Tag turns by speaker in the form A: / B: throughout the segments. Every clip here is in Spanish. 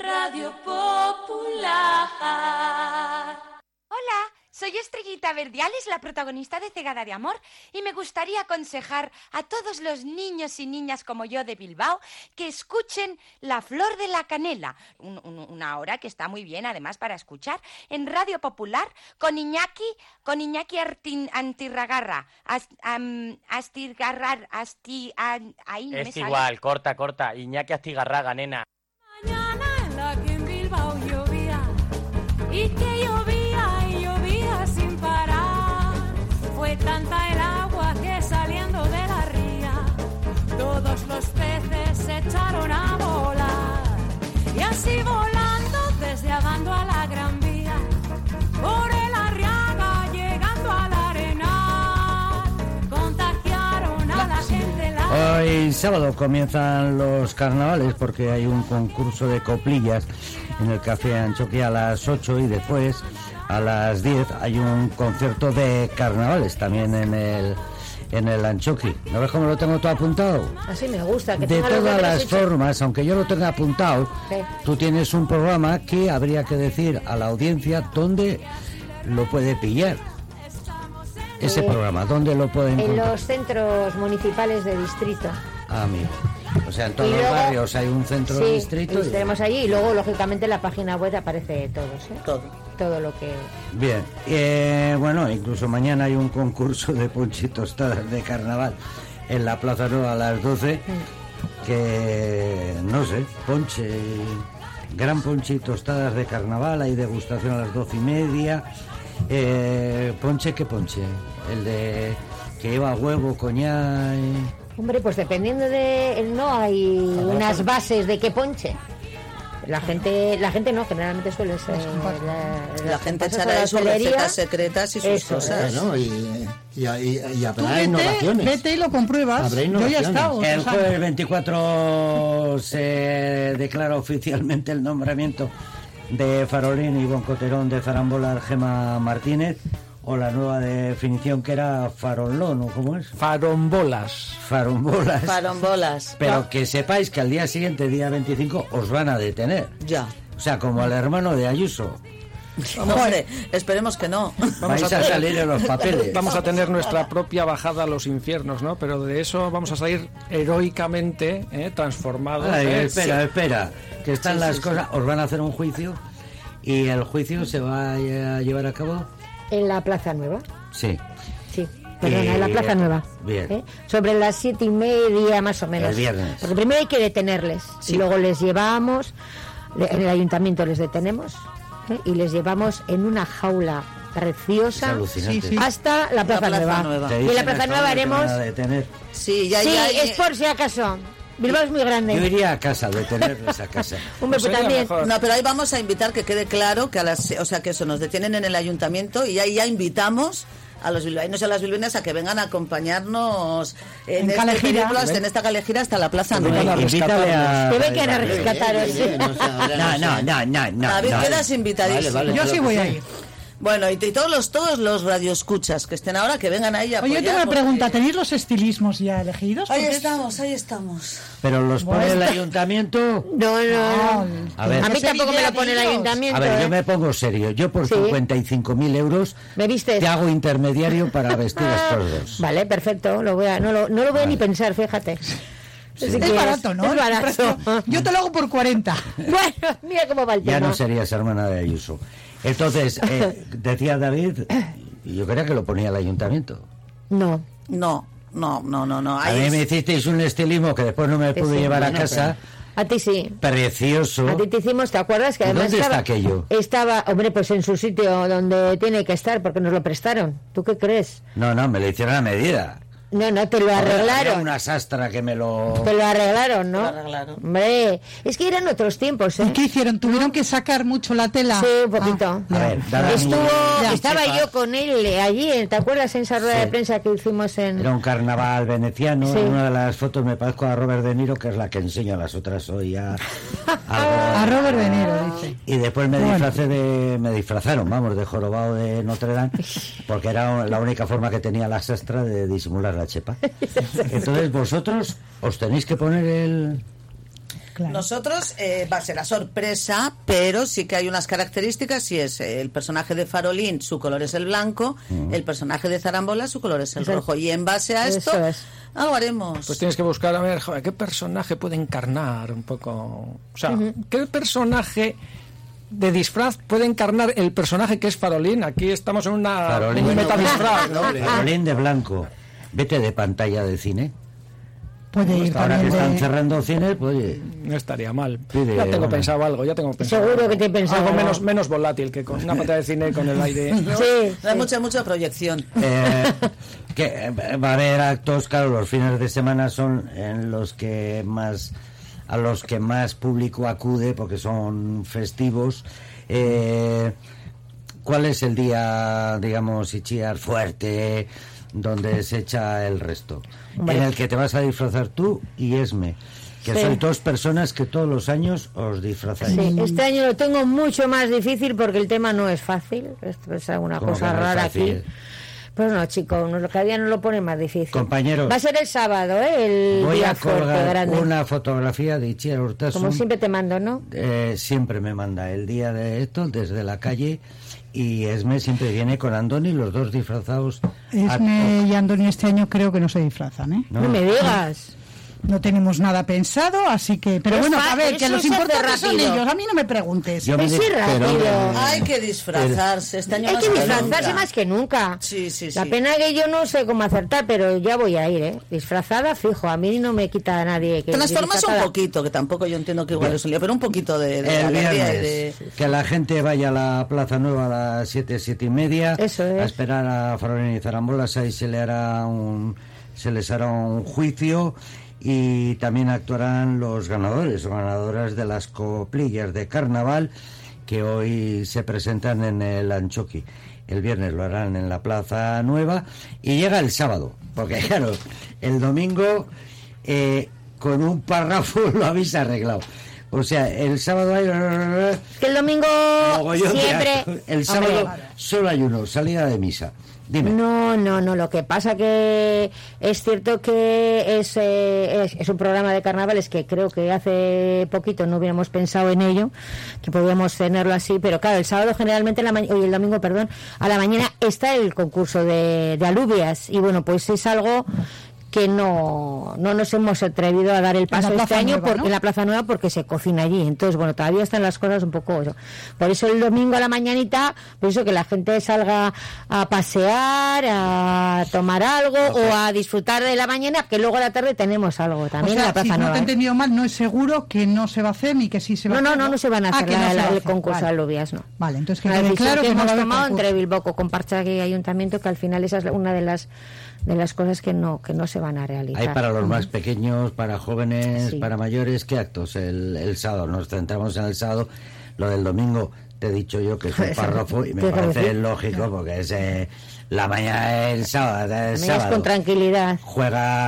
A: Radio Popular.
B: Hola, soy Estrellita Verdiales, la protagonista de Cegada de Amor, y me gustaría aconsejar a todos los niños y niñas como yo de Bilbao que escuchen La Flor de la Canela, un- un- una hora que está muy bien además para escuchar, en Radio Popular con Iñaki, con Iñaki Artin- Antirragarra. As- am- Astirgarrar, asti, an- ahí no me
C: Es
B: sale.
C: igual, corta, corta. Iñaki Astigarraga, nena.
A: Mañana en la que en Bilbao llovía y que llovía y llovía sin parar. Fue tanta el agua que saliendo de la ría todos los peces se echaron a volar. Y así volando desde Abando a la Gran Vía, por el Arriaga llegando al Arenal, contagiaron a la gente la
D: Hoy sábado comienzan los carnavales porque hay un concurso de coplillas en el Café Anchoqui a las 8 y después a las 10 hay un concierto de carnavales también en el en el Anchoqui. ¿No ves cómo lo tengo todo apuntado?
E: Así me gusta. Que
D: De
E: tenga los
D: todas las
E: deberes hechos.
D: formas, aunque yo lo tenga apuntado,
E: Sí.
D: tú tienes un programa que habría que decir a la audiencia dónde lo puede pillar. Ese
E: Eh,
D: programa, ¿dónde lo puede
E: En
D: encontrar?
E: los centros municipales de distrito.
D: Ah, Amigo. O sea, en todos
E: Y
D: los
E: luego-
D: barrios hay un centro de
E: Sí,
D: distrito.
E: los
D: y-
E: tenemos allí y luego, lógicamente, en la página web aparece todos, ¿eh?
F: Todo.
E: Todo lo que...
D: Bien. Eh, bueno, incluso mañana hay un concurso de ponchitos tostadas de carnaval en la Plaza Nueva a las 12. Que no sé, ponche. Gran ponche y tostadas de carnaval, hay degustación a las doce y media. Eh, ponche, ¿qué ponche? El de que lleva huevo, coñac.
E: Hombre, pues dependiendo de... No hay unas bases de qué ponche. La gente, la gente no, generalmente suele ser... Pues
F: La gente
E: pasas a
F: echará
E: la
F: sus
E: hostelería.
F: recetas secretas y sus
E: Eso
F: cosas.
G: Bueno, y, y, y, y
H: Tú
G: habrá
H: vete,
G: innovaciones.
H: vete y lo compruebas.
G: Habrá
H: Yo ya he
G: innovaciones.
H: estado.
D: El
H: Susana.
D: jueves 24 se declara oficialmente el nombramiento de Farolín y Boncoterón de Farambola Gema Martínez o la nueva definición que era Farolón o cómo es
I: Farombolas.
D: Farombolas.
F: Farombolas.
D: Pero que sepáis que al día siguiente, día 25, os van a detener.
F: Ya.
D: O sea, como al hermano de Ayuso.
F: Hombre, esperemos que no.
I: Vamos
D: vais
I: a
D: a,
I: hacer-
D: salir en los papeles.
I: Vamos a tener nuestra propia bajada a los infiernos, ¿no? Pero de eso vamos a salir heroicamente ¿eh? transformados.
D: Ay,
I: ¿eh?
D: espera, espera, que están las cosas. Os van a hacer un juicio y el juicio se va a llevar a cabo.
E: En la Plaza Nueva.
D: Sí.
E: Sí, perdona, en la
D: Eh,
E: Plaza Nueva.
D: bien.
E: ¿eh? Sobre las siete y media más o menos.
D: El viernes.
E: Porque primero hay que detenerles. Y luego les llevamos, le- en el ayuntamiento les detenemos ¿eh? y les llevamos en una jaula
D: Es
E: preciosa
D: alucinante. Sí, sí.
E: hasta la Plaza,
F: Plaza
E: Nueva.
F: Nueva.
D: Te
E: Y en la
D: dicen
E: Plaza
D: eso, no
E: Nueva
D: te
E: haremos...
D: van a detener.
F: Sí, ya,
E: sí,
F: ya.
E: es por si acaso. Bilbao es muy grande.
D: Yo iría a casa, detenerles a casa.
E: Hombre, pues
I: Pues sería
E: también...
I: mejor.
F: No, pero ahí vamos a invitar que quede claro que a las, o sea, que eso nos detienen en el ayuntamiento y ahí ya invitamos a los bilbaínos y a las bilbaínas a que vengan a acompañarnos en,
H: En
F: este
H: Calejira.
F: periplo hasta- en esta calejira hasta la Plaza Nueva.
D: Invítale a...
E: Te ve que nos rescataron.
G: Bien, bien, bien, o sea, ahora
D: No, no,
G: sé.
D: no, no, no.
F: David,
D: no.
F: quedas invitadísimo.
G: Vale, vale,
H: Yo
G: claro
H: sí
G: que
H: voy
G: sí.
H: a ir.
F: Bueno, y, y todos los todos los radioescuchas que estén ahora que vengan ahí a
H: Oye, yo tengo una
F: apoyar,
H: pregunta.
F: porque-
H: ¿Tenéis los estilismos ya elegidos?
F: Ahí
H: Porque-
F: estamos, ahí estamos.
D: Pero los pone el ayuntamiento.
E: No, no, no.
H: No,
D: A ver.
E: A mí
H: Los
E: tampoco me lo pone el
H: sevillaninos.
E: ayuntamiento.
D: A ver, yo
E: ¿eh?
D: me pongo serio. Yo por
E: Sí.
D: 55.000 euros
E: ¿Me vistes?
D: te hago intermediario para vestir a estos dos.
E: Vale, perfecto. Lo voy a, no, lo, no lo voy a ni pensar, fíjate. Así que
H: Es barato, ¿no?
E: Es barato.
H: Yo te lo hago por 40.
E: bueno, mira cómo va el
D: Ya
E: tema.
D: no serías hermana de Ayuso. Entonces, eh, decía David, y yo creía que lo ponía el ayuntamiento.
E: No.
F: No, no, no, no, no.
D: A
F: Ahí
D: mí
F: es-
D: me hicisteis un estilismo que después no me
E: Sí,
D: pude
E: sí.
D: llevar a
G: Bueno,
D: casa.
E: A ti sí.
D: Precioso.
E: A ti te hicimos, ¿te acuerdas?
D: ¿Y
E: Que además
D: dónde
E: estaba,
D: está aquello?
E: Estaba, hombre, pues en su sitio donde tiene que estar, porque nos lo prestaron. ¿Tú qué crees?
D: No, no, me lo hicieron a medida.
E: No, no, te lo
D: Era
E: arreglaron.
D: una sastra que me lo...
E: Te lo arreglaron, ¿no?
F: Te lo arreglaron.
E: Hombre, es que eran otros tiempos,
H: ¿Y
E: ¿eh?
H: qué hicieron? ¿Tuvieron que sacar mucho la tela?
E: Sí, un poquito.
H: Ah,
D: A ver, dada mi-
E: Estuvo,
H: Ya,
E: estaba
D: sepa.
E: yo con él eh, allí, ¿te acuerdas en esa rueda
D: Sí.
E: de prensa que hicimos en...
D: Era un carnaval veneciano.
E: Sí.
D: En una de las fotos me parezco a Robert De Niro, que es la que enseño a las otras hoy a...
H: A
D: a-
H: Robert De Niro, dice.
D: Y después me disfracé de, me disfrazaron, vamos, de jorobado de Notre Dame, porque era la única forma que tenía la sastra de disimular la chepa. Entonces vosotros os tenéis que poner el...
F: Nosotros eh, va a ser la sorpresa, pero sí que hay unas características y es eh, el personaje de Farolín, su color es el blanco,
D: Mm.
F: el personaje de Zarambola, su color es el
E: Eso es.
F: rojo. Y en base a esto,
E: Eso es.
F: algo haremos.
I: Pues tienes que buscar, a ver, joder, ¿qué personaje puede encarnar un poco? O sea, ¿qué personaje de disfraz puede encarnar el personaje que es Farolín? Aquí estamos en una
D: Farolín.
I: un metadisfraz,
H: Ah,
I: ¿no?
D: Carolín de Blanco, vete de pantalla de cine. Pues
H: Puede ir
D: Ahora que
H: también de-
D: están cerrando cines, pues oye,
I: No estaría mal.
D: Sí, de-
I: ya tengo pensado algo, ya tengo pensado.
E: Seguro que te he
I: algo.
E: pensado
I: Algo
E: algo.
I: menos, menos volátil que con una pantalla de cine con el aire.
E: Sí,
F: Da mucha, mucha proyección.
D: eh, que eh, va a haber actos, claro, los fines de semana son en los que más a los que más público acude porque son festivos. Eh, ¿Cuál es el día, digamos, Ichiar fuerte, donde se echa el resto? En el que te vas a disfrazar tú y Esme, que
E: Sí.
D: sois dos personas que todos los años os disfrazáis.
E: Sí, este año lo tengo mucho más difícil porque el tema no es fácil. Esto es una
D: ¿Cómo
E: cosa
D: que no es
E: rara
D: fácil?
E: aquí. Pero no, chicos, nos, cada día nos lo pone más difícil.
D: Compañeros.
E: Va a ser el sábado, ¿eh? El
D: Voy
E: día
D: a
E: fuerte,
D: colgar
E: grande.
D: una fotografía de Ichiar Hurtasun.
E: Como siempre te mando, ¿no?
D: Eh, siempre me manda el día de esto desde la calle y Esme siempre viene con Andoni, los dos disfrazados. Ah,
H: Esme y Antonio este año creo que no se disfrazan, ¿eh?
E: No, me digas.
F: Mm.
H: No tenemos nada pensado, así que... Pero
E: Es
H: bueno,
E: fa-
H: a ver, que
E: eso
H: los
E: se hace
H: importantes son
E: rápido.
H: ellos. A mí no me preguntes.
D: Ah, Yo me
E: Es
D: di-
E: ir
D: pero-
E: rápido.
F: Hay que disfrazarse. Este año
E: Mm. Hay
F: más
E: que
F: nunca.
E: disfrazarse más que nunca.
F: Sí, sí,
E: La
F: sí.
E: pena que yo no sé cómo acertar, pero ya voy a ir, ¿eh? Disfrazada, fijo. A mí no me quita a nadie. Que
F: Transformas un
E: disfrazada.
F: poquito, que tampoco yo entiendo que igual es un lío, pero un poquito de, de
D: El
F: alegría y
D: viernes,
F: de...
D: que la gente vaya a la Plaza Nueva a las 7, 7 y media,
E: Eso es.
D: a esperar a Farolín y Zarambolas, ahí se, le hará un, se les hará un juicio y también actuarán los ganadores o ganadoras de las coplillas de carnaval que hoy se presentan en el Anchoqui. El viernes lo harán en la Plaza Nueva y llega el sábado, porque claro, el domingo eh, con un párrafo lo habéis arreglado. O sea, el sábado hay...
E: Que el domingo
D: Mogollón de
E: siempre...
D: actos. El
E: Hombre,
D: sábado solo hay uno, salida de misa. Dime.
E: No, no, no. Lo que pasa que es cierto que es, eh, es, es un programa de carnavales que creo que hace poquito no hubiéramos pensado en ello, que podíamos tenerlo así, pero claro, el sábado generalmente, en la ma- oye, el domingo, perdón, a la mañana está el concurso de, de alubias y bueno, pues es algo que no, no nos hemos atrevido a dar el paso
H: Plaza
E: este año
H: Nueva,
E: porque
H: ¿no?
E: en la Plaza Nueva porque se cocina allí. Entonces, bueno, todavía están las cosas un poco... eso. Por eso el domingo a la mañanita, por eso que la gente salga a pasear, a tomar algo o a disfrutar de la mañana, que luego a la tarde tenemos algo
H: O
E: también en
H: sea,
E: la Plaza
H: si no
E: Nueva.
H: te he
E: ¿eh?
H: entendido mal, no es seguro que no se va a hacer ni que sí se va
E: No,
H: a
E: no,
H: hacer.
E: no, no se van a
H: Ah,
E: hacer
H: que no
E: la-
H: se
E: la-
H: va a
E: el
H: hacer.
E: concurso de
H: Vale.
E: alubias, no.
H: Vale, entonces que
E: Una
H: quede
E: decisión
H: claro
E: que
H: que no va a
E: hemos
H: haber
E: tomado
H: concurso.
E: entre Bilboco con Parchagui y Ayuntamiento, que al final esa es una de las de las cosas que no que no se van a realizar.
D: Hay para los más pequeños, para jóvenes,
E: Sí.
D: para mayores. ¿Qué actos? El, el sábado. Nos centramos en el sábado. Lo del domingo, te he dicho yo que es un
E: Eso,
D: párrafo y me
E: ¿qué
D: parece
E: decir?
D: lógico porque es eh, la mañana del sábado. del
E: Amigas,
D: sábado.
E: con tranquilidad.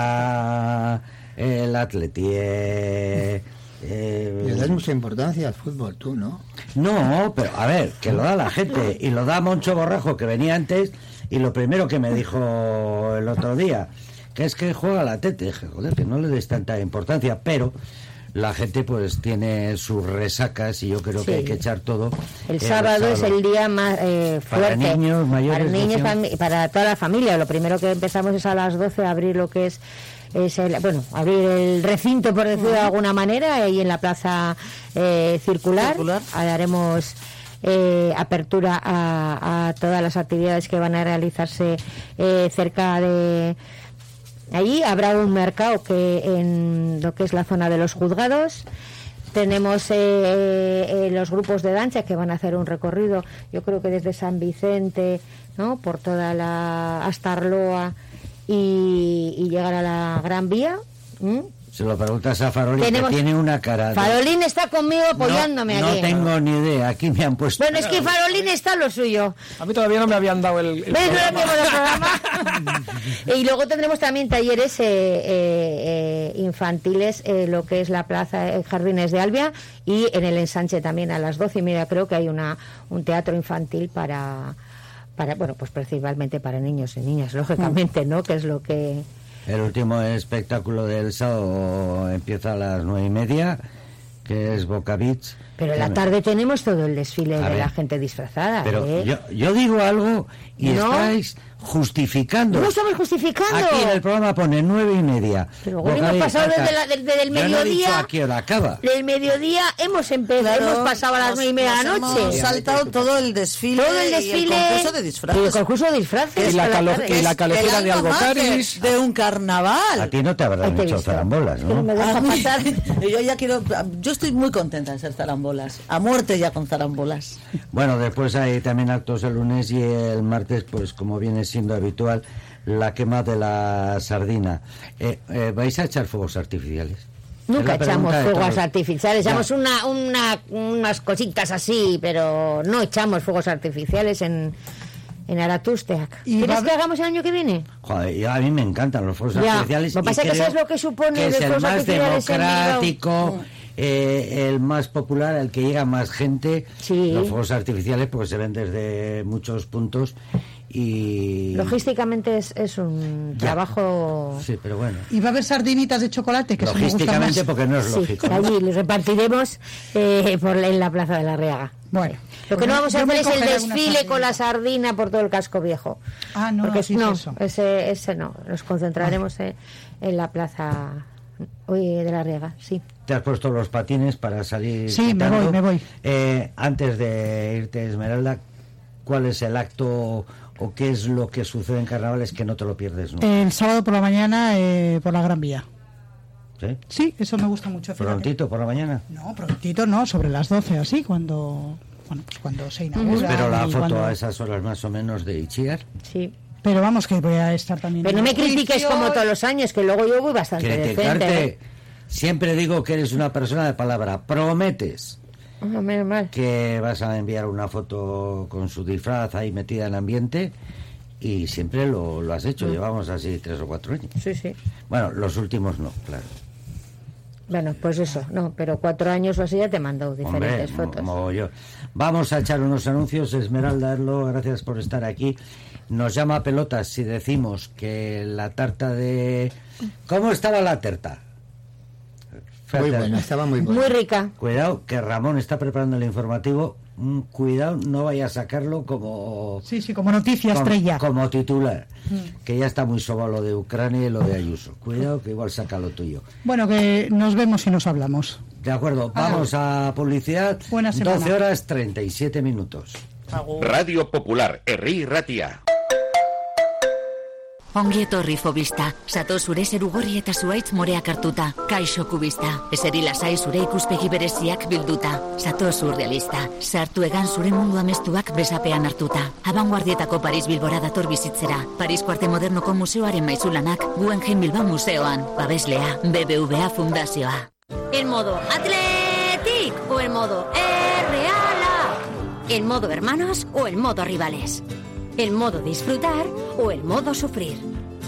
D: Juega el Atleti. eh, eh,
G: Le das mucha importancia al fútbol, tú, ¿no?
D: No, pero a ver, que lo da la gente y lo da Moncho Borrajo que venía antes y lo primero que me dijo el otro día, que es que juega la tete, Dije, joder, que no le des tanta importancia, pero la gente pues tiene sus resacas y yo creo que
E: Sí.
D: hay que echar todo. Eh,
E: El sábado es el día más eh,
D: Para
E: fuerte.
D: niños, mayores,
E: Para, niños,
D: niños.
E: fami- para toda la familia. Lo primero que empezamos es a las 12 a abrir lo que es. es el- bueno, abrir el recinto, por decirlo de alguna manera, y en la plaza eh, circular.
F: Circular.
E: Ah, Daremos eh, apertura a, a todas las actividades que van a realizarse eh, cerca de, Allí habrá un mercado que en lo que es la zona de los juzgados. Tenemos eh, eh, los grupos de danza que van a hacer un recorrido, yo creo que desde San Vicente, ¿no? Por toda la. hasta Arloa y, y llegar a la Gran Vía. ¿m?
D: Se lo preguntas a Farolín, que
E: Tenemos-
D: tiene una cara. de-
E: Farolín está conmigo
D: No,
E: apoyándome
D: no,
E: aquí.
D: tengo ni idea, aquí me han puesto.
E: Bueno, es que Farolín está lo suyo.
I: A mí todavía no me habían dado el.
E: ¿Ves?
I: el
E: No
I: programa.
E: tenemos el programa. y luego tendremos también talleres eh, eh, eh, infantiles, eh, lo que es la plaza eh, Jardines de Albia y en el ensanche también a las doce y media creo que hay una un teatro infantil para para bueno pues principalmente para niños y
D: Mm.
E: niñas lógicamente, ¿no? Que es lo que
D: El último espectáculo del sábado empieza a las nueve y media que es Boca Beach.
E: Pero en
D: Que
E: la
D: me-
E: tarde tenemos todo el desfile
D: A
E: de
D: ver,
E: la gente disfrazada.
D: Pero
E: ¿eh?
D: yo, yo digo algo y
E: No.
D: estáis justificando.
E: No estamos justificando.
D: Aquí en el programa pone nueve y media.
E: Pero bueno,
D: Boca
E: hemos
D: Beach,
E: pasado
D: tal,
E: desde
D: tal.
E: la- desde el
D: Yo no he dicho
E: mediodía-
D: a qué hora acaba.
E: Del mediodía hemos empezado,
F: Claro,
E: hemos pasado a las
F: nos-
E: nueve y media de la
F: nos
E: noche.
F: Hemos saltado todo el desfile,
E: Todo el desfile.
F: y el concurso de
E: Y
F: disfraces.
E: el concurso de disfraces.
I: Y la
E: por
I: calo-
E: tarde.
I: y la
F: Es
I: calefera
F: el
I: de
F: alma mater
I: Albocaris.
F: De un carnaval.
D: A ti no te
E: Ahí
D: habrán
E: te he
D: hecho
E: visto.
D: zarambolas,
E: Es que no
D: ¿no?
E: me
F: A
E: deja
F: mí-
E: pasar.
F: yo ya quiero, yo estoy muy contenta de ser zarambolas, a muerte ya con zarambolas.
D: Bueno, después hay también actos el lunes y el martes, pues como viene siendo habitual, la quema de la sardina. Eh, eh, ¿Vais a echar fuegos artificiales? Es
E: Nunca
D: la
E: echamos
D: pregunta de
E: fuegos
D: todos.
E: artificiales,
D: Ya.
E: echamos una, una, unas cositas así, pero no echamos fuegos artificiales en, en Aratusteac.
H: Y va
E: ¿Quieres
H: a
E: que
H: haber-
E: hagamos el año que viene?
D: Joder, yo- a mí me encantan los fuegos
E: Ya.
D: artificiales.
E: Lo que
D: y
E: pasa es que
D: creo
E: ¿sabes lo que supone
D: que es
E: los
D: el
E: fuegos
D: más
E: artificiales en Bilbao?
D: democrático, eh, el más popular, al que llega más gente.
E: Sí.
D: Los fuegos artificiales porque se ven desde muchos puntos y...
E: Logísticamente es, es un
D: Ya.
E: trabajo...
D: Sí, pero bueno.
H: Y va a haber sardinitas de chocolate, que eso me gusta más.
D: Logísticamente porque no es
E: Sí,
D: lógico. ¿no?
E: allí los repartiremos eh, por la- en la Plaza de la Reaga.
H: Bueno,
E: Lo que no vamos a
H: yo me
E: hacer es el
H: cogeré algunas
E: desfile con la
H: sardinas.
E: sardina por todo el casco viejo.
H: Ah, no,
E: Porque
H: así es
E: no,
H: eso.
E: ese, ese no. Nos concentraremos eh, en la plaza oye, de la Riega, sí.
D: Te has puesto los patines para salir.
H: Sí, me
D: quitando.
H: voy, me voy.
D: Eh, antes de irte, Esmeralda, ¿cuál es el acto o qué es lo que sucede en carnavales que no te lo pierdes? ¿no?
H: El sábado por la mañana eh, por la Gran Vía.
E: Eh,
D: ¿Sí?
H: Sí, eso me gusta mucho. fíjate.
D: ¿Prontito por la mañana?
H: No, prontito no, sobre las 12 así, cuando bueno, pues cuando se inaugura.
D: Espero la
H: y
D: foto
H: cuando-
D: a esas horas más o menos de Ichiar.
E: sí.
H: Pero vamos que voy a estar también.
E: Pero no me critiques como todos los años, que luego yo voy bastante decente.
D: Criticarte.
E: ¿eh?
D: Siempre digo que eres una persona de palabra. Prometes
E: Ah, menos mal.
D: que vas a enviar una foto con su disfraz ahí metida en ambiente y siempre lo, lo has hecho.
E: Mm.
D: Llevamos así tres o cuatro años.
E: Sí, sí.
D: Bueno, los últimos no, claro.
E: Bueno, pues eso, no, pero cuatro años o así ya te mando
D: Hombre,
E: diferentes
D: mo-
E: fotos.
D: mogollón. Vamos a echar unos anuncios. Esmeralda Erlo, gracias por estar aquí. Nos llama a pelotas si decimos que la tarta de... ¿Cómo estaba la tarta?
G: Muy
D: Fíjate,
G: buena, estaba muy buena.
E: Muy rica.
D: Cuidado, que Ramón está preparando el informativo. Mm, Cuidado, no vaya a sacarlo como...
H: Sí, sí, como noticia
D: como-
H: estrella. Mm.
D: Como titular. Que ya está muy soba lo de Ucrania y lo de Ayuso. Cuidado, que igual saca lo tuyo.
H: Bueno, que nos vemos y nos hablamos.
D: De acuerdo, vamos a publicidad.
H: Buena semana.
D: 12 horas 37 minutos.
J: Radio Popular, Herri Ratia.
K: Ongi etorri fobista, sato zure zerugorri eta zuaitz moreak hartuta, kaixo kubista, eseri lasai zure ikuspegi bereziak bilduta, sato surrealista, sartu egan zure mundu amestuak besapean hartuta, abanguardietako Paris Bilbora dator bizitzera, Parisko Arte Modernoko Museoaren maizulanak, Guggenheim Bilbao Museoan, babeslea, BBVA Fundazioa.
B: En modo Athletic o en modo Reala. En modo hermanos o en modo rivales. El modo disfrutar o el modo sufrir.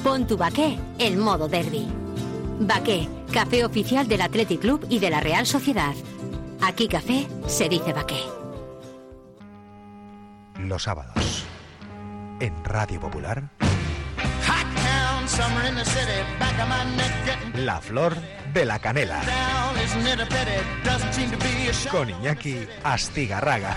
B: Pon tu baqué en modo derby. Baqué, café oficial del Athletic Club y de la Real Sociedad. Aquí café se dice baqué.
L: Los sábados. En Radio Popular. La flor de la canela. Con Iñaki Astigarraga.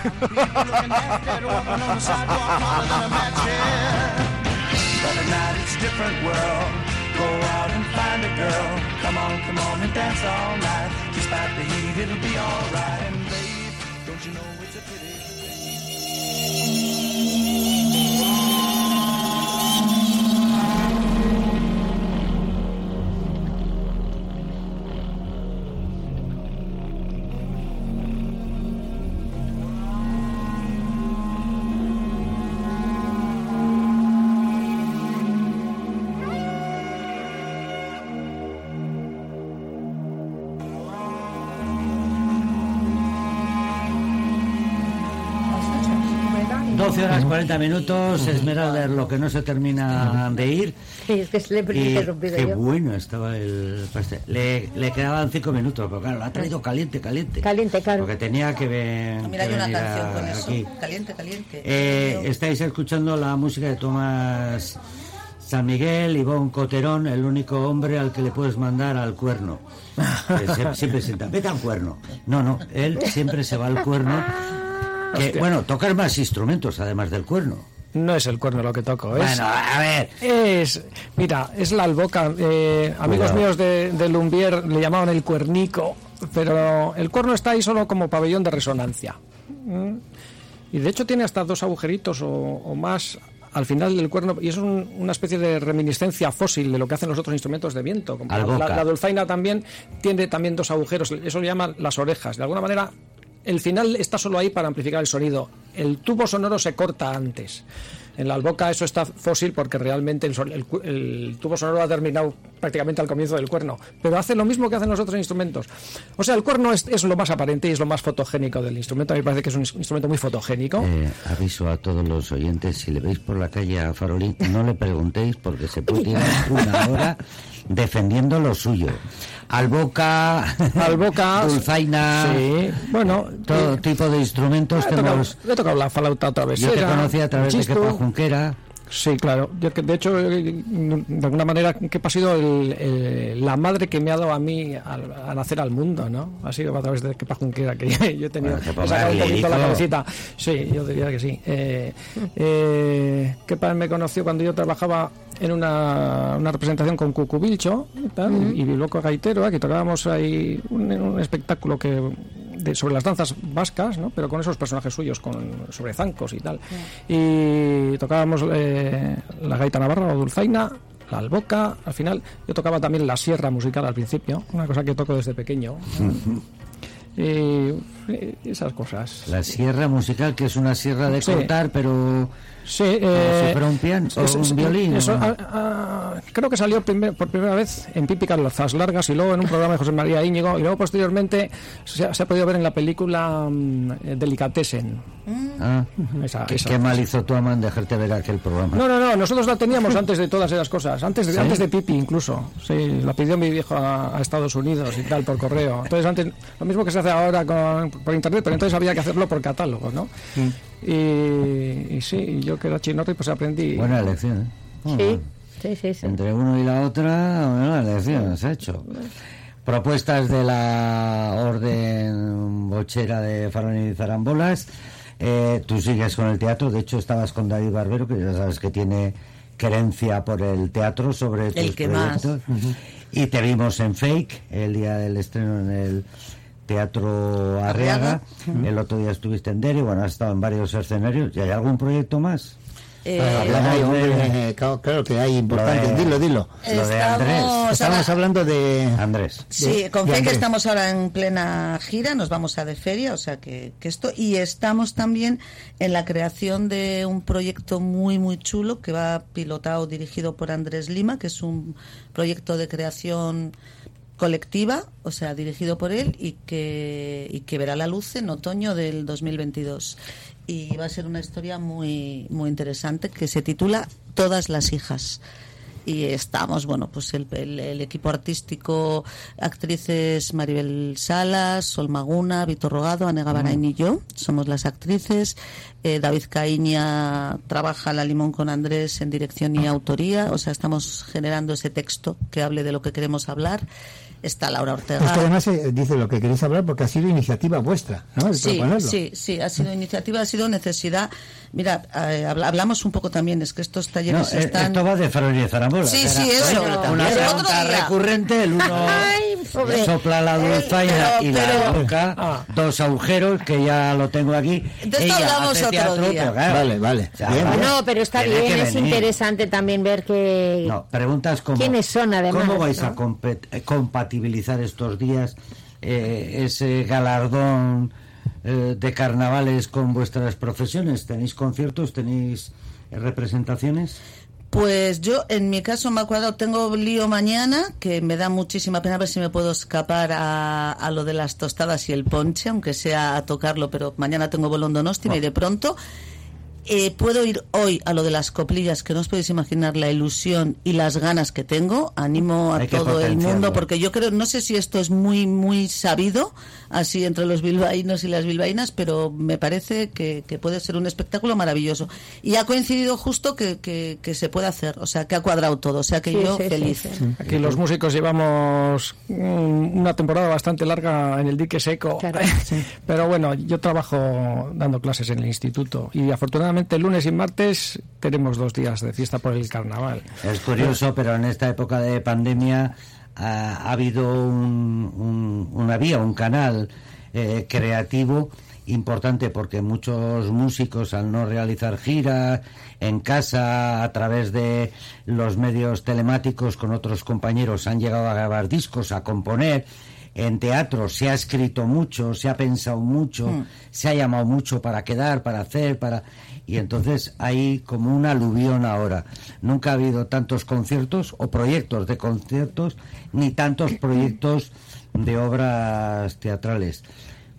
E: Sí,
D: 12 horas 40 minutos, Esmeralda es lo que no se termina de ir.
E: es que se le he
D: Y
E: interrumpido
D: qué
E: yo.
D: bueno estaba el pastel. Le, le quedaban 5 minutos, pero claro, lo ha traído caliente, caliente.
E: Caliente, claro.
D: Porque tenía que ver.
F: Ah, Mira, hay
D: que
F: una
D: venir a-
F: canción con eso.
D: aquí.
F: Caliente, caliente.
D: Eh, estáis escuchando la música de Tomás San Miguel, Ivón Coterón, el único hombre al que le puedes mandar al cuerno. Que se- siempre sienta, vete al cuerno. No, no, él siempre se va al cuerno. que,
I: Hostia.
D: bueno, tocar más instrumentos además del cuerno.
I: No es el cuerno lo que
F: Pues,
I: toco, es.
D: Bueno, a ver.
I: Es. Mira, es la alboca. eh, amigos
D: Cuidado.
I: míos de, de Lumbier le llamaban el cuernico, pero el cuerno está ahí solo como pabellón de resonancia. ¿Mm? Y de hecho tiene hasta dos agujeritos o, o más al final del cuerno, y eso es un- una especie de reminiscencia fósil de lo que hacen los otros instrumentos de viento. como la-
D: Alboca.
I: la, la dulzaina también tiene también dos agujeros, eso lo llaman las orejas. De alguna manera, el final está solo ahí para amplificar el sonido. El tubo sonoro se corta antes. En la alboca eso está fósil porque realmente el, son- el cu- el tubo sonoro ha terminado prácticamente al comienzo del cuerno. Pero hace lo mismo que hacen los otros instrumentos. O sea, el cuerno es, es lo más aparente y es lo más fotogénico del instrumento. A mí me parece que es un ins- instrumento muy fotogénico.
D: Eh, aviso a todos los oyentes, si le veis por la calle a Farolín, no le preguntéis porque se putea una hora defendiendo lo suyo. Al boca, al boca, dulzaina,
I: Sí, Ah, bueno,
D: todo tipo de instrumentos.
I: Le he tocado-
D: tenemos-
I: le he tocado la falauta otra vez.
D: yo te conocí a través de Kepa Junquera.
I: Sí, claro. Yo que, de hecho, eh, de alguna manera, que ha sido el- el- la madre que me ha dado a mí al, a nacer al mundo, ¿no? Ha sido a través de Kepa Junquera que yo he tenido.
D: Bueno, Kepa
I: he sacado un
D: Maravilla,
I: poquito la
D: hijo.
I: cabecita. Sí, yo diría que sí. Eh, eh, Kepa me conoció cuando yo trabajaba en una, una representación con Cucubilcho y, tal, y Bilboco Gaitero, eh, que tocábamos ahí un, un espectáculo que de- sobre las danzas vascas, ¿no? pero con esos personajes suyos, con, sobre zancos y tal. Y tocábamos eh, la gaita navarra o dulzaina, la alboca, al final. Yo tocaba también la sierra musical al principio, una cosa que toco desde pequeño. y eh, esas cosas.
D: La sierra musical, que es una sierra de
I: Sí.
D: cortar, pero
I: Sí,
D: como
I: eh,
D: si fuera un piano
I: es-
D: o
I: es-
D: un violín.
I: eso,
D: ¿no?
I: ah, ah, creo que salió primer- por primera vez en Pípicas Lazas Largas y luego en un programa de José María Íñigo y luego posteriormente se ha, se ha podido ver en la película mm, eh, Delicatessen.
D: Ah,
I: Esa-
D: qué,
I: esa-
D: qué mal hizo tu ama en dejarte ver aquel programa.
I: No, no, no, nosotros la teníamos antes de todas esas cosas, antes de,
D: ¿Sí?
I: antes de Pipi incluso. Sí, la pidió mi viejo a, a Estados Unidos y tal por correo. Entonces antes, lo mismo que se hace ahora con, por internet, pero entonces había que hacerlo por catálogo, ¿no?
D: Mm.
I: Y, y sí, yo que era chinorri pues aprendí.
D: Buena elección, ¿eh?
E: Sí, sí, sí. sí.
D: Entre uno y la otra, bueno, elecciones, hecho. Propuestas de la orden bochera de Farón y Zarambolas. Eh, tú sigues con el teatro, de hecho estabas con David Barbero, que ya sabes que tiene querencia por el teatro sobre
F: El
D: tus
F: que más.
D: proyectos. Y te vimos en Fake, el día del estreno en el Teatro Arriaga. El otro día estuviste en Derry, bueno, has estado en varios escenarios. ¿Y hay algún proyecto más?
F: Eh,
D: Pues hablamos
G: Ay,
D: de-
G: hombre, eh, claro, claro que hay importante.
D: Lo de-
G: Dilo, dilo.
D: Lo de Andrés.
F: Estamos
G: Estamos
F: ahora-
G: hablando de.
D: Andrés.
F: Sí,
G: de-
F: con
G: de
F: fe que
G: Andrés.
F: estamos ahora en plena gira, nos vamos a de feria, o sea que, que esto. Y estamos también en la creación de un proyecto muy, muy chulo que va pilotado, dirigido por Andrés Lima, que es un proyecto de creación colectiva, o sea, dirigido por él y que, y que verá la luz en otoño del 2022. Y va a ser una historia muy, muy interesante que se titula Todas las hijas y estamos, bueno, pues el, el- el equipo artístico, actrices Maribel Salas, Sol Maguna, Vitor Rogado, Anega
D: Mm.
F: Barain y yo, somos las actrices. Eh, David Caíña trabaja la limón con Andrés en dirección y autoría, o sea, estamos generando ese texto que hable de lo que queremos hablar. Está Laura Ortega.
G: Es que además eh, dice lo que queréis hablar porque ha sido iniciativa vuestra, ¿no? El
F: Sí,
G: proponerlo.
F: sí, sí, ha sido iniciativa, ha sido necesidad. Mira, eh, habla- hablamos un poco también, es que estos
D: No,
F: talleres
D: eh,
F: están...
D: esto va de Farol y Zarambola.
F: Sí,
D: Era-
F: sí, eso.
D: Bueno,
F: Pero
D: Una
F: otro
D: pregunta
F: día. Eh,
D: recurrente, el uno
E: Ay, pobre.
D: sopla la dulzaina
F: pero-
D: y la
F: pero- Ah.
D: boca, dos agujeros que ya lo tengo aquí.
F: De esto hablamos
D: hace
F: otro
D: teatro,
F: día.
D: pero claro,
G: Vale, vale.
D: o sea,
G: Bien,
D: vamos,
E: No, pero está
D: tiene
E: bien,
D: que
E: es
D: venir.
E: interesante también ver que...
D: No, preguntas como
E: ¿Quiénes son, además,
D: ¿Cómo vais
E: no?
D: a compet- eh, compatibilizar estos días eh, ese galardón eh, de carnavales con vuestras profesiones? ¿Tenéis conciertos? ¿Tenéis eh, representaciones?
F: Pues yo, en mi caso, me ha cuadrado. Tengo lío mañana, que me da muchísima pena a ver si me puedo escapar a, a lo de las
D: Ah.
F: tostadas y el ponche, aunque sea a tocarlo, pero mañana tengo bolón donosti, me iré pronto. eh, puedo ir hoy a lo de las coplillas, que no os podéis imaginar la ilusión y las ganas que tengo. Animo a
D: Hay que
F: todo el mundo,
D: potenciarlo.
F: porque yo creo, no sé si esto es muy, muy sabido, así entre los bilbaínos y las bilbaínas, pero me parece que, que puede ser un espectáculo maravilloso. Y ha coincidido justo que, que- que se puede hacer, o sea, que ha cuadrado todo, o sea, que
E: Sí,
F: yo
E: sí, sí,
F: feliz.
E: sí.
I: Aquí los músicos llevamos mm, una temporada bastante larga en el dique seco. Pero bueno, yo trabajo dando clases en el instituto y afortunadamente lunes y martes tenemos dos días de fiesta por el carnaval.
D: Es curioso, pero en esta época de pandemia ha, ha habido un, un- una vía, un canal eh, creativo importante porque muchos músicos al no realizar giras en casa a través de los medios telemáticos con otros compañeros han llegado a grabar discos, a componer. En teatro se ha escrito mucho, se ha pensado mucho, se ha llamado mucho para quedar, para hacer, para y entonces hay como un aluvión ahora. Nunca ha habido tantos conciertos o proyectos de conciertos ni tantos proyectos de obras teatrales.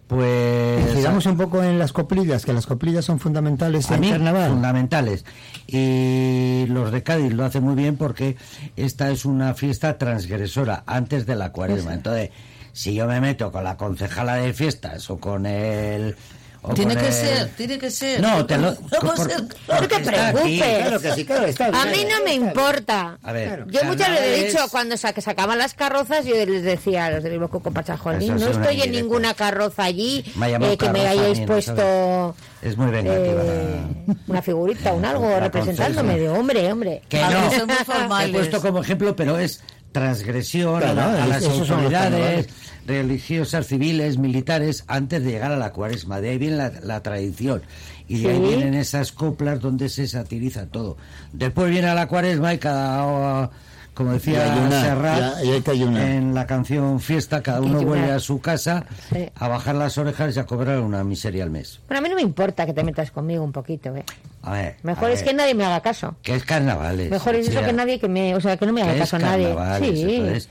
D: Pues
G: Giramos un poco en las coplillas, que las coplillas son fundamentales
D: a
G: en
D: mí,
G: carnaval.
D: fundamentales. Y los de Cádiz lo hacen muy bien porque esta es una fiesta transgresora antes de la cuaresma. Entonces, si yo me meto con la concejala de fiestas o con el... o
F: Tiene
D: con
F: que
D: el-
F: ser, tiene que ser.
D: No, te lo...
F: Vamos
D: por-
F: a-
D: porque
E: te
D: está aquí,
E: preocupes.
D: Claro que sí, claro, está
E: A
D: bien.
E: mí no me importa.
D: A ver,
E: Yo muchas veces he
D: carnavales-
E: dicho, cuando sa- que sacaban las carrozas, yo les decía a los del Bloco con Pachajolín,
D: Eso ha
E: no
D: sido una
E: estoy en
D: indirecta.
E: ninguna carroza allí
D: Me ha llamado
E: eh, que me
D: carroza a mí,
E: hayáis
D: no
E: puesto
D: sabes. Es muy vengativa.
E: eh,
D: la-
E: una figurita, un algo,
D: La
E: representándome de
D: concejala.
E: hombre, hombre.
D: Que
F: A
D: no,
F: ver, son muy formales.
D: he puesto como ejemplo, pero es transgresión a, la-
G: Claro,
D: a las
G: esos son los
D: autoridades
G: carnavales.
D: religiosas, civiles, militares, antes de llegar a la cuaresma. De ahí viene la, la tradición. Y de ahí
E: Sí.
D: vienen esas coplas donde se satiriza todo. Después viene la cuaresma y cada... Como
G: Y
D: decía
G: hay una,
D: Serrat
G: ya- y hay que ayunar.
D: en la canción Fiesta, cada
E: Hay que
D: uno
E: ayunar.
D: vuelve a su casa
E: Sí.
D: a bajar las orejas y a cobrar una miseria al mes.
E: Bueno, a mí no me importa que te metas conmigo un poquito. eh.
D: A ver,
E: Mejor
D: a
E: es
D: ver,
E: que nadie me haga caso.
D: que es carnavales.
E: Mejor es eso
D: Mira.
E: que nadie que me, o sea, que no me haga
D: que es
E: caso nadie.
D: carnavales,
E: Sí.
D: eso es.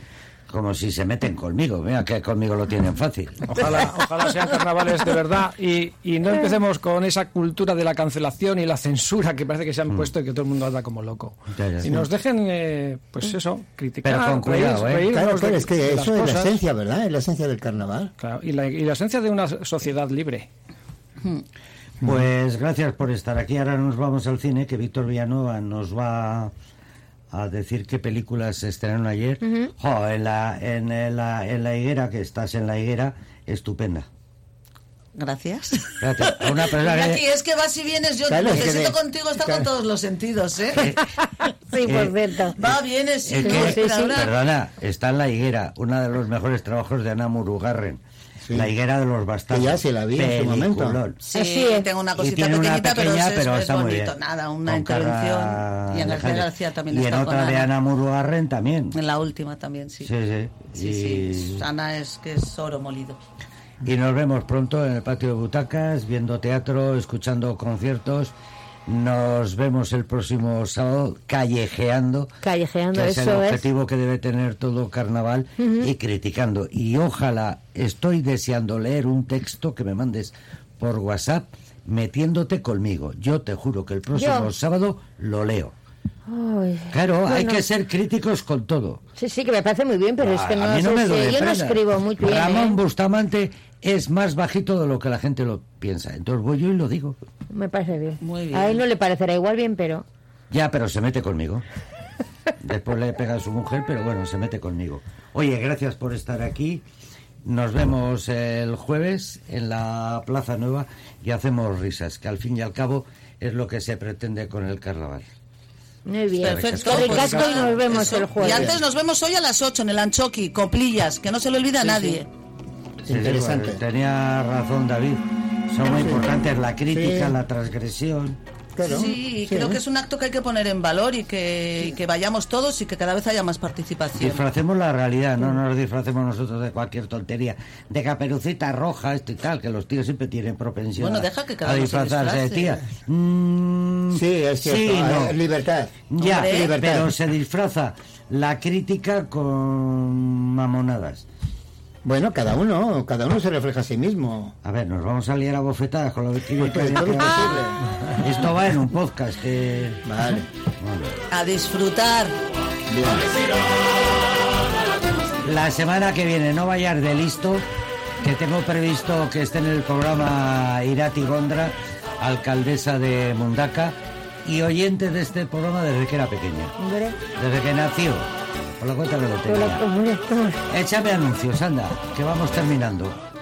D: Como si se meten conmigo, mira que conmigo lo tienen fácil.
I: Ojalá, ojalá sean carnavales de verdad y, y no empecemos con esa cultura de la cancelación y la censura que parece que se
G: Mm.
I: han puesto y que todo el mundo anda como loco.
D: Ya, ya.
I: Y nos dejen, eh, pues eso, criticar,
D: Pero con
I: reír-
D: cuidado, ¿eh?
I: reírnos
G: Claro,
I: de-
G: claro, es
I: de
G: que
I: las
G: eso es la
I: cosas.
G: esencia, ¿verdad? Es la esencia del carnaval.
I: Claro, y la, y la esencia de una sociedad libre.
D: Pues gracias por estar aquí. Ahora nos vamos al cine, que Víctor Villanueva nos va a decir qué películas se estrenaron ayer. Jo, en, la, en, la, en la higuera, que estás en la higuera, estupenda.
F: Gracias.
D: Espérate, a una persona que-
F: Iñaki, es que vas y vienes, yo
G: Claro, es que
F: necesito
G: de-
F: contigo estar con todos los sentidos, ¿eh?
E: Sí, por
D: Eh,
E: cierto.
F: Va, vienes, y
D: Es
F: no,
D: que-
E: sí, sí.
F: ahora-
D: Perdona, está en La Higuera, uno de los mejores trabajos de Ana Murugarren. La Higuera de los Bastardos.
G: Que ya se la vi en su momento.
D: Peliculón.
F: Sí,
E: Así es.
F: tengo una
D: y
F: cosita
D: tiene
F: pequeñita,
D: una
F: pero,
D: pequeña,
F: es-
D: pero
F: es
D: está muy
F: bonito.
D: bien.
F: Nada, una
D: Con
F: intervención.
D: Carla
F: y en García
D: Alejandre.
F: García también
D: Y
F: está
D: en otra
F: con
D: de
F: Ana.
D: Ana Murugarren también.
F: En la última también, sí.
D: Sí, sí.
F: Sí,
D: y...
F: sí, Ana es que es oro molido.
D: y nos vemos pronto en el patio de butacas, viendo teatro, escuchando conciertos. Nos vemos el próximo sábado callejeando.
E: Callejeando,
D: que es el
E: eso es.
D: objetivo que debe tener todo carnaval y criticando. Y ojalá estoy deseando leer un texto que me mandes por WhatsApp metiéndote conmigo. Yo te juro que el próximo
E: Yo.
D: sábado lo leo.
E: Ay.
D: Claro, hay
E: Bueno.
D: que ser críticos con todo.
E: Sí, sí, que me parece muy bien, pero es que
D: A-
E: no,
D: a mí no
E: sé
D: me
E: si-
D: duele
E: Yo no
D: pena.
E: escribo muy bien.
D: Ramón
E: ¿eh?
D: Bustamante es más bajito de lo que la gente lo piensa. Entonces voy yo y lo digo.
E: Me parece bien.
F: Muy bien.
E: A él no le parecerá igual bien, pero.
D: Ya, pero se mete conmigo. Después le pega a su mujer, pero bueno, se mete conmigo. Oye, gracias por estar aquí. Nos vemos el jueves en la Plaza Nueva y hacemos risas, que al fin y al cabo es lo que se pretende con el carnaval.
E: Muy bien.
F: Perfecto.
E: Corre
F: pues
E: casco y
F: nada,
E: nos vemos
F: eso.
E: el jueves.
F: Y antes nos vemos hoy a las 8 en el Anchoqui, Coplillas, que no se le olvida a nadie.
D: Sí,
G: Interesante.
D: bueno, tenía razón David. Son muy importantes la crítica,
G: Sí.
D: la transgresión.
G: Claro.
F: Sí, y creo que es un acto que hay que poner en valor y que, y que vayamos todos y que cada vez haya más participación.
D: Disfracemos la realidad, no nos disfracemos nosotros de cualquier tontería. De caperucita roja, esto y tal, que los tíos siempre tienen propensión
F: Bueno,
D: a-
F: deja que cada
D: a
F: uno se
D: disfrazarse de tía.
F: disfrace.
D: Mm,
G: Sí, es cierto.
D: sí,
G: ah,
D: no.
G: Libertad.
D: Ya,
F: Hombre.
G: Libertad.
D: pero se disfraza la crítica con mamonadas.
G: Bueno, cada uno, cada uno se refleja a sí mismo.
D: A ver, nos vamos a liar a bofetadas con lo que tiene que
G: Pues entonces,
D: decirle. Esto va en un podcast que...
G: Vale.
F: A disfrutar.
D: La semana que viene no vayas de listo, que tengo previsto que esté en el programa Irati Gondra, alcaldesa de Mundaca y oyente de este programa desde que era pequeña,
E: Hombre,
D: desde que nació. Por la cuenta que lo
E: pero
D: tenía.
E: la- hombre, tú-
D: Échame anuncios, anda, que vamos terminando.